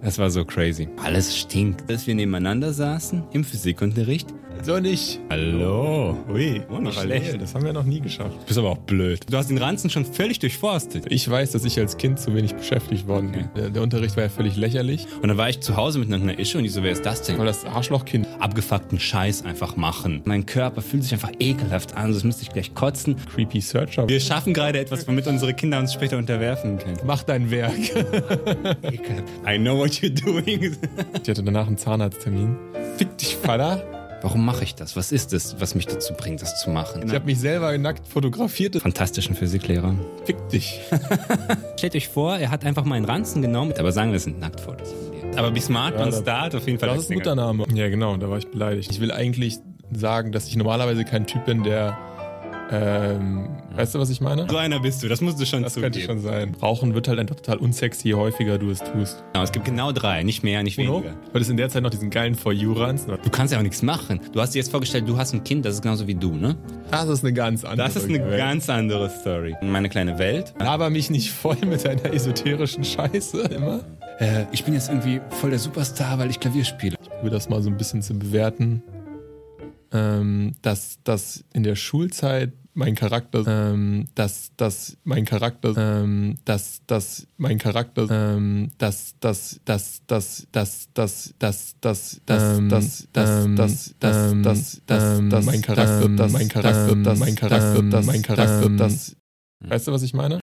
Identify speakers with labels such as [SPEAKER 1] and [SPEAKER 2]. [SPEAKER 1] Es war so crazy. Alles stinkt. Dass wir nebeneinander saßen im Physikunterricht.
[SPEAKER 2] So nicht.
[SPEAKER 1] Hallo.
[SPEAKER 2] Ui,
[SPEAKER 1] Oh, nicht
[SPEAKER 2] parallel.
[SPEAKER 1] schlecht.
[SPEAKER 2] Das haben wir noch nie geschafft.
[SPEAKER 1] Du bist aber auch blöd. Du hast den Ranzen schon völlig durchforstet.
[SPEAKER 2] Ich weiß, dass ich als Kind zu wenig beschäftigt worden bin.
[SPEAKER 1] Okay.
[SPEAKER 2] Der, der Unterricht war ja völlig lächerlich.
[SPEAKER 1] Und dann war ich zu Hause mit einer Ische und die so, wer ist das denn?
[SPEAKER 2] Aber das Arschlochkind
[SPEAKER 1] Abgefuckten Scheiß einfach machen. Mein Körper fühlt sich einfach ekelhaft an, sonst müsste ich gleich kotzen.
[SPEAKER 2] Creepy Searcher.
[SPEAKER 1] Wir schaffen gerade etwas, womit unsere Kinder uns später unterwerfen können.
[SPEAKER 2] Mach dein Werk.
[SPEAKER 1] I know what you're doing.
[SPEAKER 2] Ich hatte danach einen Zahnarzttermin. Fick dich, Vater.
[SPEAKER 1] Warum mache ich das? Was ist es, was mich dazu bringt, das zu machen?
[SPEAKER 2] Ich habe mich selber nackt fotografiert.
[SPEAKER 1] fantastischen Physiklehrer.
[SPEAKER 2] Fick dich.
[SPEAKER 1] Stellt euch vor, er hat einfach meinen Ranzen genommen, aber sagen wir, es sind Nacktfotos. von dir. Aber be smart
[SPEAKER 2] Ja,
[SPEAKER 1] und
[SPEAKER 2] das-
[SPEAKER 1] start auf jeden Fall.
[SPEAKER 2] Das ist ein
[SPEAKER 1] Lexington.
[SPEAKER 2] guter Name. Ja, genau, da war ich beleidigt. Ich will eigentlich sagen, dass ich normalerweise kein Typ bin, der. Ähm, weißt du, was ich meine?
[SPEAKER 1] So einer bist du, das musst du schon
[SPEAKER 2] Das könnte
[SPEAKER 1] zugeben.
[SPEAKER 2] schon sein. Rauchen wird halt einfach total unsexy, je häufiger du es tust.
[SPEAKER 1] Genau, es gibt genau drei, nicht mehr, nicht
[SPEAKER 2] Uno,
[SPEAKER 1] weniger.
[SPEAKER 2] weil es in der Zeit noch diesen geilen For You-Runs.
[SPEAKER 1] Du kannst ja auch nichts machen. Du hast dir jetzt vorgestellt, du hast ein Kind, das ist genauso wie du, ne?
[SPEAKER 2] Das ist eine ganz andere
[SPEAKER 1] Das ist eine
[SPEAKER 2] Welt.
[SPEAKER 1] ganz andere Story. Meine kleine Welt.
[SPEAKER 2] Laber mich nicht voll mit deiner esoterischen Scheiße immer.
[SPEAKER 1] Äh, ich bin jetzt irgendwie voll der Superstar, weil ich Klavier spiele.
[SPEAKER 2] um das mal so ein bisschen zu bewerten, ähm, dass, dass in der Schulzeit mein Charakter, ähm, dass, dass mein Charakter, ähm, dass, dass mein Charakter, ähm, dass, dass, dass, dass, dass, dass, dass, dass, dass,
[SPEAKER 3] Ähm,
[SPEAKER 2] dass, dass,
[SPEAKER 3] ähm,
[SPEAKER 2] dass, dass,
[SPEAKER 3] ähm,
[SPEAKER 2] dass, dass,
[SPEAKER 3] ähm,
[SPEAKER 2] dass, mein Charakter,
[SPEAKER 3] ähm,
[SPEAKER 2] dass, mein Charakter,
[SPEAKER 3] ähm,
[SPEAKER 2] dass, mein Charakter,
[SPEAKER 3] ähm,
[SPEAKER 2] dass, mein Charakter,
[SPEAKER 3] ähm,
[SPEAKER 2] dass, weißt du, was ich meine?